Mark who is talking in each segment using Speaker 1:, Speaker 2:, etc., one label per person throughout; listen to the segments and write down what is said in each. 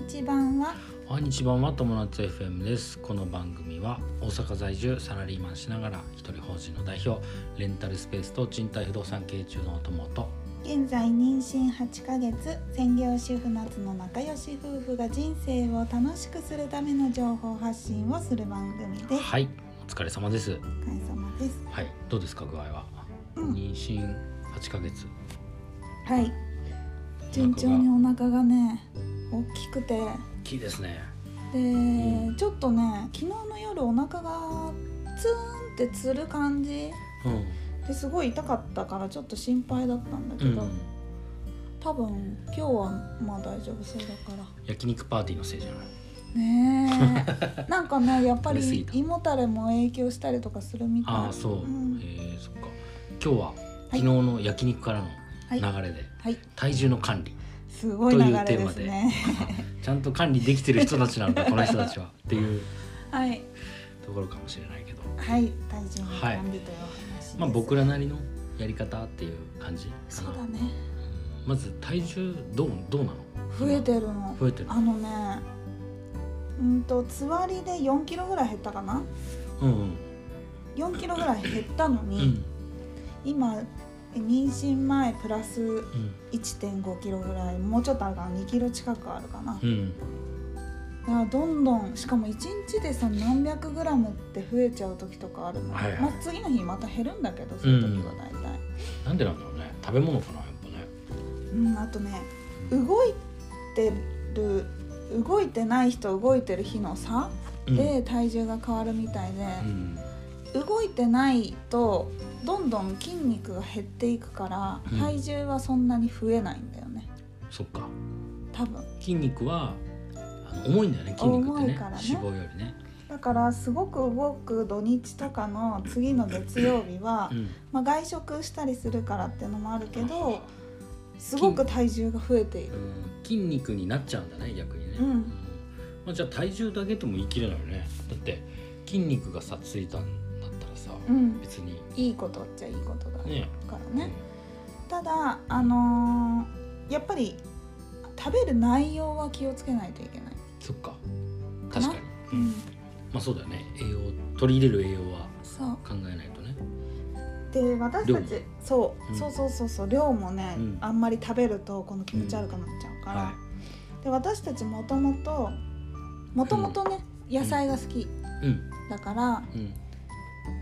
Speaker 1: は
Speaker 2: こんにちは友達 FM ですこの番組は大阪在住サラリーマンしながら一人法人の代表レンタルスペースと賃貸不動産経営中のお友と
Speaker 1: 現在妊娠8ヶ月専業主婦夏の仲良し夫婦が人生を楽しくするための情報発信をする番組です、
Speaker 2: はいお疲れ様です
Speaker 1: お疲れ様です
Speaker 2: はいどうですか具合は、
Speaker 1: うん
Speaker 2: 妊娠8ヶ月
Speaker 1: はい順調にお腹がね大きくて
Speaker 2: 大きいですね
Speaker 1: で、
Speaker 2: ん
Speaker 1: ちょっとね昨日の夜お腹がツーンってつる感じ
Speaker 2: うん
Speaker 1: ですごい痛かったからちょっと心配だったんだけど、
Speaker 2: うん
Speaker 1: 多分今日はまあ大丈夫そうだから
Speaker 2: 焼肉パーティーのせいじゃない
Speaker 1: ね えなんかねやっぱ
Speaker 2: 食べ過
Speaker 1: り
Speaker 2: ぎた
Speaker 1: 胃もたれも影響したりとかするみたい
Speaker 2: ああそう、
Speaker 1: ん
Speaker 2: えーそっか今日は昨
Speaker 1: い
Speaker 2: 日の焼肉からの
Speaker 1: はい、は
Speaker 2: 流れで
Speaker 1: い、
Speaker 2: 体重の管理
Speaker 1: すご
Speaker 2: と
Speaker 1: い
Speaker 2: い
Speaker 1: 流
Speaker 2: う
Speaker 1: れ
Speaker 2: テー
Speaker 1: で
Speaker 2: マ
Speaker 1: す
Speaker 2: で
Speaker 1: ね
Speaker 2: ちゃんと管理できてる人たちなんだこの人たちはっていう
Speaker 1: はい
Speaker 2: ところかもしれないけど
Speaker 1: はい体重の管理というお話です、
Speaker 2: まあ僕らなりのやり方っていう感じか
Speaker 1: そ
Speaker 2: な
Speaker 1: うだね
Speaker 2: まず体重どうどうなの
Speaker 1: 増えてるの
Speaker 2: 増えてる
Speaker 1: あのねうんとつわりで4キロぐらい減ったかな
Speaker 2: うんうん
Speaker 1: 4キロぐらい減ったの
Speaker 2: う
Speaker 1: に、
Speaker 2: ん
Speaker 1: 今え妊娠前プラス
Speaker 2: うん
Speaker 1: 1 5キロぐらいもうちょっとあるから2キロ近くあるかな、
Speaker 2: うん
Speaker 1: いやどんどんしかも1日でさ何百グラムって増えちゃう時とかあるの、
Speaker 2: はいはい
Speaker 1: まあ、次の日また減るんだけどそういう時は大体、
Speaker 2: なんでなんだろうね食べ物かなやっぱね
Speaker 1: うんあとね動いてる動いてない日と動いてる日の差
Speaker 2: うん
Speaker 1: で体重が変わるみたいで、
Speaker 2: うん
Speaker 1: 動いてないとどんどん筋肉が減っていくから
Speaker 2: うん
Speaker 1: 体重はそんなに増えないんだよね
Speaker 2: そっか
Speaker 1: 多分
Speaker 2: 筋肉はあの重いんだよね筋肉
Speaker 1: 重
Speaker 2: ってね
Speaker 1: いからね
Speaker 2: 脂肪よりね
Speaker 1: だからすごく動く土日とかの次の月曜日は、
Speaker 2: うん
Speaker 1: まあ、外食したりするからっていうのもあるけどすごく体重が増えている
Speaker 2: うん筋肉になっちゃうんだね逆にね、
Speaker 1: うん
Speaker 2: まあ、じゃあ体重だけとも言い切れないよねだって筋肉がさついたんだったらさ、
Speaker 1: うん
Speaker 2: 別に
Speaker 1: いいことっちゃいいことだ
Speaker 2: ね
Speaker 1: からねただあのーやっぱり食べる内容は気をつけないといけない、
Speaker 2: そっか
Speaker 1: か
Speaker 2: 確
Speaker 1: な
Speaker 2: かに、うんまあそうだよね栄養取り入れる栄養は
Speaker 1: そう
Speaker 2: 考えないとね
Speaker 1: で私たちそう、
Speaker 2: うん
Speaker 1: そうそうそうそう量もね、
Speaker 2: うん
Speaker 1: あんまり食べるとこの気持ち悪くなっちゃうから、
Speaker 2: は
Speaker 1: で私たちもともともともとね、野菜が好き
Speaker 2: いうん
Speaker 1: だから、
Speaker 2: うん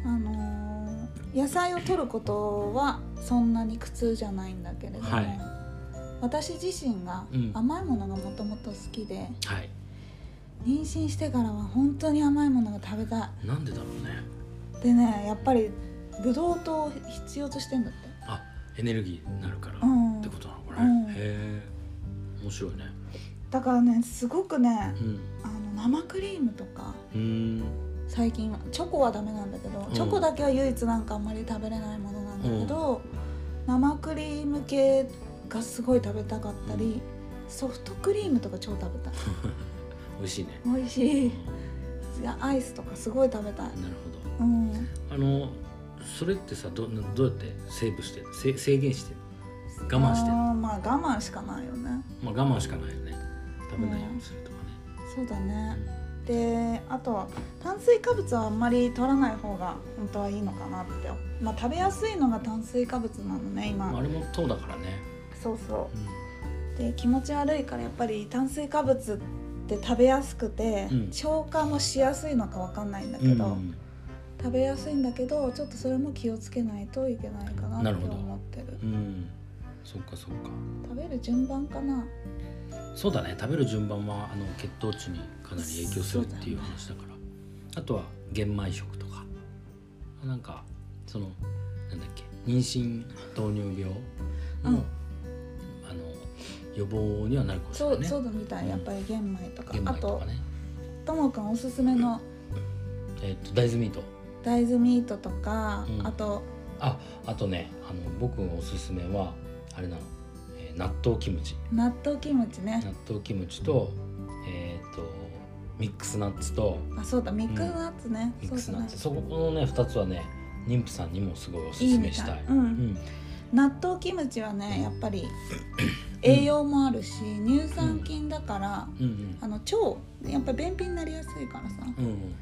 Speaker 1: あのー野菜を取ることはそんなに苦痛じゃないんだけれども、
Speaker 2: はい
Speaker 1: 私自身が
Speaker 2: うん
Speaker 1: 甘いものがもともと好きで、
Speaker 2: はい
Speaker 1: 妊娠してからは本当に甘いものが食べた
Speaker 2: なんでだろうね
Speaker 1: いでねやっぱりブドウ糖を必要としてんだって
Speaker 2: あエネルギーになるからっ
Speaker 1: うん
Speaker 2: てことなのかね、
Speaker 1: うん
Speaker 2: へえ面白いね
Speaker 1: だからねすごくね
Speaker 2: うん
Speaker 1: あの生クリームとか
Speaker 2: うーん
Speaker 1: 最近はチョコはダメなんだけど、
Speaker 2: うん
Speaker 1: チョコだけは唯一なんかあんまり食べれないものなんだけど、生クリーム系がすごい食べたかったり、
Speaker 2: う
Speaker 1: ソフトクリームとか超食 べたい
Speaker 2: 美味しいね、
Speaker 1: 美味し
Speaker 2: う
Speaker 1: いいやアイスとかすごい食べたい
Speaker 2: ん、なるほど
Speaker 1: うん
Speaker 2: あのそれってさどなどうやってセーブしてんのせ制限してんの我慢してん
Speaker 1: あ
Speaker 2: の
Speaker 1: ーまあ我慢しかないよね
Speaker 2: まあ我慢しかないよね食べないようにするとかね、
Speaker 1: そうだねであとは炭水化物はあんまり取らない方が本当はいいのかなってまあ食べやすいのが炭水化物なのね今、
Speaker 2: まあ、あれも糖だからね、
Speaker 1: そうそう
Speaker 2: うん
Speaker 1: で気持ち悪いからやっぱり炭水化物って食べやすくて、
Speaker 2: うん
Speaker 1: 消化もしやすいのかわかんないんだけど、食べやすいんだけどちょっとそれも気をつけないといけないかな
Speaker 2: な
Speaker 1: っ
Speaker 2: るほ
Speaker 1: て
Speaker 2: ど
Speaker 1: 思ってる
Speaker 2: うん、うん、そっかそっか
Speaker 1: 食べる順番かな
Speaker 2: そうだね食べる順番はあの血糖値にかなり影響するっていう話だからあとは玄米食とかなんかそのなんだっけ妊娠糖尿病の,、
Speaker 1: うん
Speaker 2: あの予防にはなるかもしれ
Speaker 1: そ
Speaker 2: ないうね
Speaker 1: そうだみた
Speaker 2: う
Speaker 1: い
Speaker 2: ん
Speaker 1: やっぱり玄米とか、
Speaker 2: 玄
Speaker 1: あ
Speaker 2: 米と
Speaker 1: と
Speaker 2: かね
Speaker 1: ともくんおすすめの
Speaker 2: えっと大豆ミート
Speaker 1: 大豆ミートとか、
Speaker 2: うん
Speaker 1: あと
Speaker 2: ああとねあの僕のおすすめはあれなの、えー納豆キムチ
Speaker 1: 納豆キムチね
Speaker 2: 納豆キムチとえっ、とミックスナッツと
Speaker 1: あそうだミックスナッツね、
Speaker 2: ミックス
Speaker 1: そう
Speaker 2: ナ
Speaker 1: だ
Speaker 2: ッ
Speaker 1: ね
Speaker 2: ツそ,、このね2つはね妊婦さんにもすごいおす
Speaker 1: いい
Speaker 2: す
Speaker 1: み
Speaker 2: めしたたい
Speaker 1: い、うん
Speaker 2: うん
Speaker 1: 納豆キムチはねやっぱり栄養もあるし、乳酸菌だから、
Speaker 2: うんうん
Speaker 1: あの腸やっぱり便秘になりやすいからさ、
Speaker 2: うんうん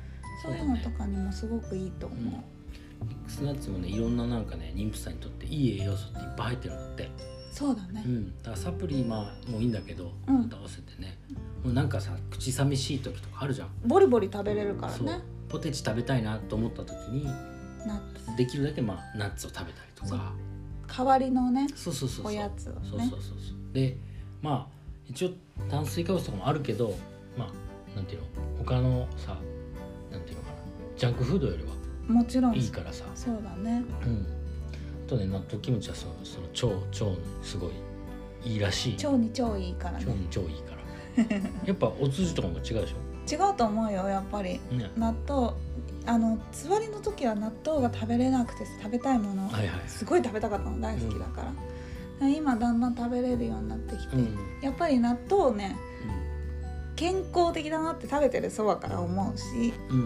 Speaker 1: そういうのとかにもすごくいいと思う、
Speaker 2: ミックスナッツもねいろんななんかね妊婦さんにとっていい栄養素っていっぱい入ってるんだって、
Speaker 1: そうだね
Speaker 2: うん、だからサプリまあもういいんだけど、
Speaker 1: うん
Speaker 2: また合わせてねもうなんかさ口寂しい時とかあるじゃん、
Speaker 1: ボリボリ食べれるから
Speaker 2: そう
Speaker 1: ね
Speaker 2: ポテチ食べたいなと思った時に
Speaker 1: ナッツ
Speaker 2: できるだけまあナッツを食べたりとか
Speaker 1: 代わりのね
Speaker 2: そうそうそうそう
Speaker 1: おやつをね
Speaker 2: そうそうそうそうでまあ一応炭水化物とかもあるけどまあなんていうの他のさなんていうのかなジャンクフードよりは
Speaker 1: もちろん
Speaker 2: いいからさ、
Speaker 1: そうだね
Speaker 2: うん、あとね納豆キムチはそのその腸腸にすごいいいらしい
Speaker 1: 腸に超いいから
Speaker 2: 腸
Speaker 1: ね
Speaker 2: に超いいから やっぱお通じとかも違うでし
Speaker 1: 違うと思うよやっぱり
Speaker 2: ょ、ね、
Speaker 1: 納豆あのつわりの時は納豆が食べれなくて食べたいもの
Speaker 2: はいはい
Speaker 1: すごい食べたかったの大好きだから、今だんだん食べれるようになってきて、
Speaker 2: うんうん
Speaker 1: やっぱり納豆をね健康的だなって食べてるそばから思うし
Speaker 2: うん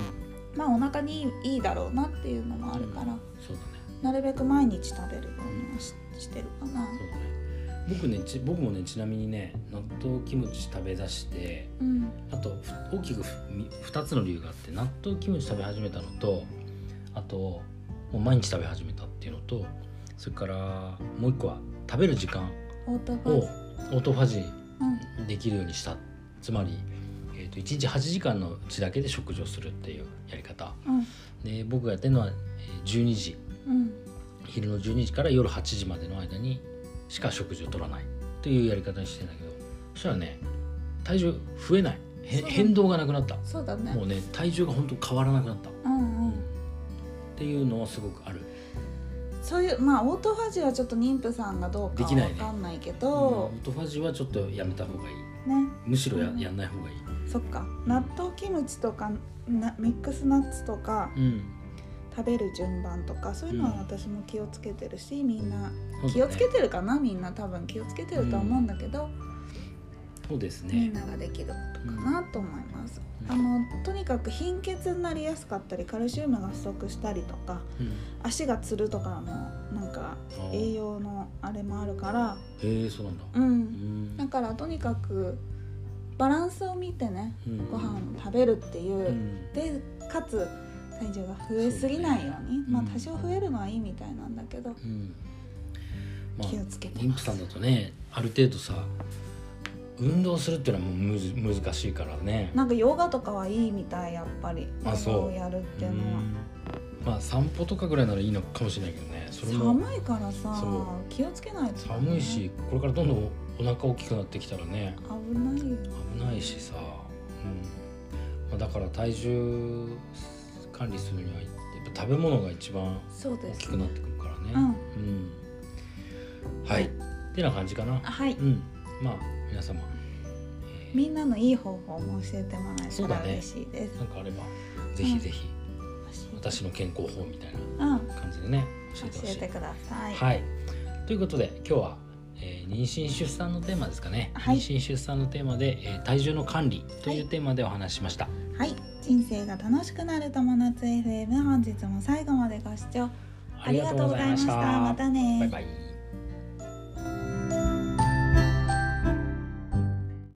Speaker 1: まあお腹にいいいいだろうなっていうのもあるから、
Speaker 2: そうだね
Speaker 1: なるべく毎日食べるようにはししてるかな
Speaker 2: そうだね僕ねち僕もねちなみにね納豆キムチ食べだして
Speaker 1: うん
Speaker 2: あとふ大きく2つの理由があって納豆キムチ食べ始めたのとあともう毎日食べ始めたっていうのとそれからもう一個は食べる時間
Speaker 1: オートフ
Speaker 2: を
Speaker 1: ァース
Speaker 2: オートファジ
Speaker 1: うん
Speaker 2: ーできるようにしたつまり、えー、と1日8時間のうちだけで食事をするっていうやり方
Speaker 1: うん
Speaker 2: で僕がやってるのはえー12時
Speaker 1: うん
Speaker 2: 昼の12時から夜8時までの間にしか食事を取らないというやり方にしてんだけどそしたらね体重増えないへ
Speaker 1: そう
Speaker 2: 変動がなくなった
Speaker 1: そうだね
Speaker 2: もうね体重が本当変わらなくなった、
Speaker 1: うんうん
Speaker 2: っていうのはすごくある
Speaker 1: そういうまあオートファジーはちょっと妊婦さんがどうか
Speaker 2: でき
Speaker 1: は
Speaker 2: な
Speaker 1: わ
Speaker 2: いね
Speaker 1: かんないけ
Speaker 2: うん
Speaker 1: ど
Speaker 2: オートファジーはちょっとやめた方がいい
Speaker 1: ね
Speaker 2: むしろや
Speaker 1: うん
Speaker 2: やんない方がいい
Speaker 1: そっか納豆キムチとかなミックスナッツとか
Speaker 2: うん
Speaker 1: 食べる順番とかそういうのは
Speaker 2: うん
Speaker 1: 私も気をつけてるしみんな
Speaker 2: そうだね
Speaker 1: 気をつけてるかなみんな多分気をつけてるとは思うんだけど、
Speaker 2: そうです
Speaker 1: みん
Speaker 2: ね
Speaker 1: なができること
Speaker 2: うん
Speaker 1: かなと思います、
Speaker 2: うん
Speaker 1: あのとにかく貧血になりやすかったりカルシウムが不足したりとか
Speaker 2: うん
Speaker 1: 足がつるとかもなんか
Speaker 2: あー
Speaker 1: 栄養のあれもあるから
Speaker 2: へえそうなんだ
Speaker 1: う
Speaker 2: うんん
Speaker 1: だからとにかくバランスを見てね
Speaker 2: うん
Speaker 1: ご飯を食べるっていうう、
Speaker 2: ん
Speaker 1: でかつ体重が増えすぎないように
Speaker 2: そうね
Speaker 1: まあ
Speaker 2: うん
Speaker 1: 多少増えるのはいいみたいなんだけど、
Speaker 2: うんまあ
Speaker 1: 気をつけて
Speaker 2: 妊
Speaker 1: ま
Speaker 2: 婦
Speaker 1: す
Speaker 2: さんだとねある程度さ運動するっていうのはもうむず難しいからね
Speaker 1: なんかヨガとかはいいみたいやっぱり
Speaker 2: あそう
Speaker 1: ヨガをやるっていうのは。
Speaker 2: うんまあ散歩とかぐらいならいいのかもしれないけどねそれも
Speaker 1: 寒いからさ
Speaker 2: そう
Speaker 1: 気をつけないと、
Speaker 2: 寒いしこれからどんどんお腹大きくなってきたらね
Speaker 1: 危ないよ
Speaker 2: 危ないしさ、うんまあ、だから体重管理するにはやっぱ食べ物が一番
Speaker 1: そうで
Speaker 2: 大き
Speaker 1: す
Speaker 2: くなってくるからね、うんはいってな感じかな
Speaker 1: はい
Speaker 2: うんまあ皆様
Speaker 1: みんなのいい方法も教えてもら
Speaker 2: そ
Speaker 1: え
Speaker 2: う
Speaker 1: た
Speaker 2: だ
Speaker 1: ら
Speaker 2: ね
Speaker 1: 嬉しいです、
Speaker 2: なんかあればぜひぜひ
Speaker 1: 教
Speaker 2: 私の健康法みたい
Speaker 1: えうん
Speaker 2: な感じでね
Speaker 1: 教
Speaker 2: 教えてほし
Speaker 1: え
Speaker 2: い
Speaker 1: てください、
Speaker 2: はい、ということで今日は、えー妊娠出産のテーマですかね、
Speaker 1: はい
Speaker 2: 妊娠出産のテーマで、えー体重の管理とい
Speaker 1: は
Speaker 2: う
Speaker 1: い
Speaker 2: テーマでお話ししました、
Speaker 1: はい、人生が楽しくなる友達 FM 本日も最後までご視聴ありがとうございましたまたね
Speaker 2: バイバイ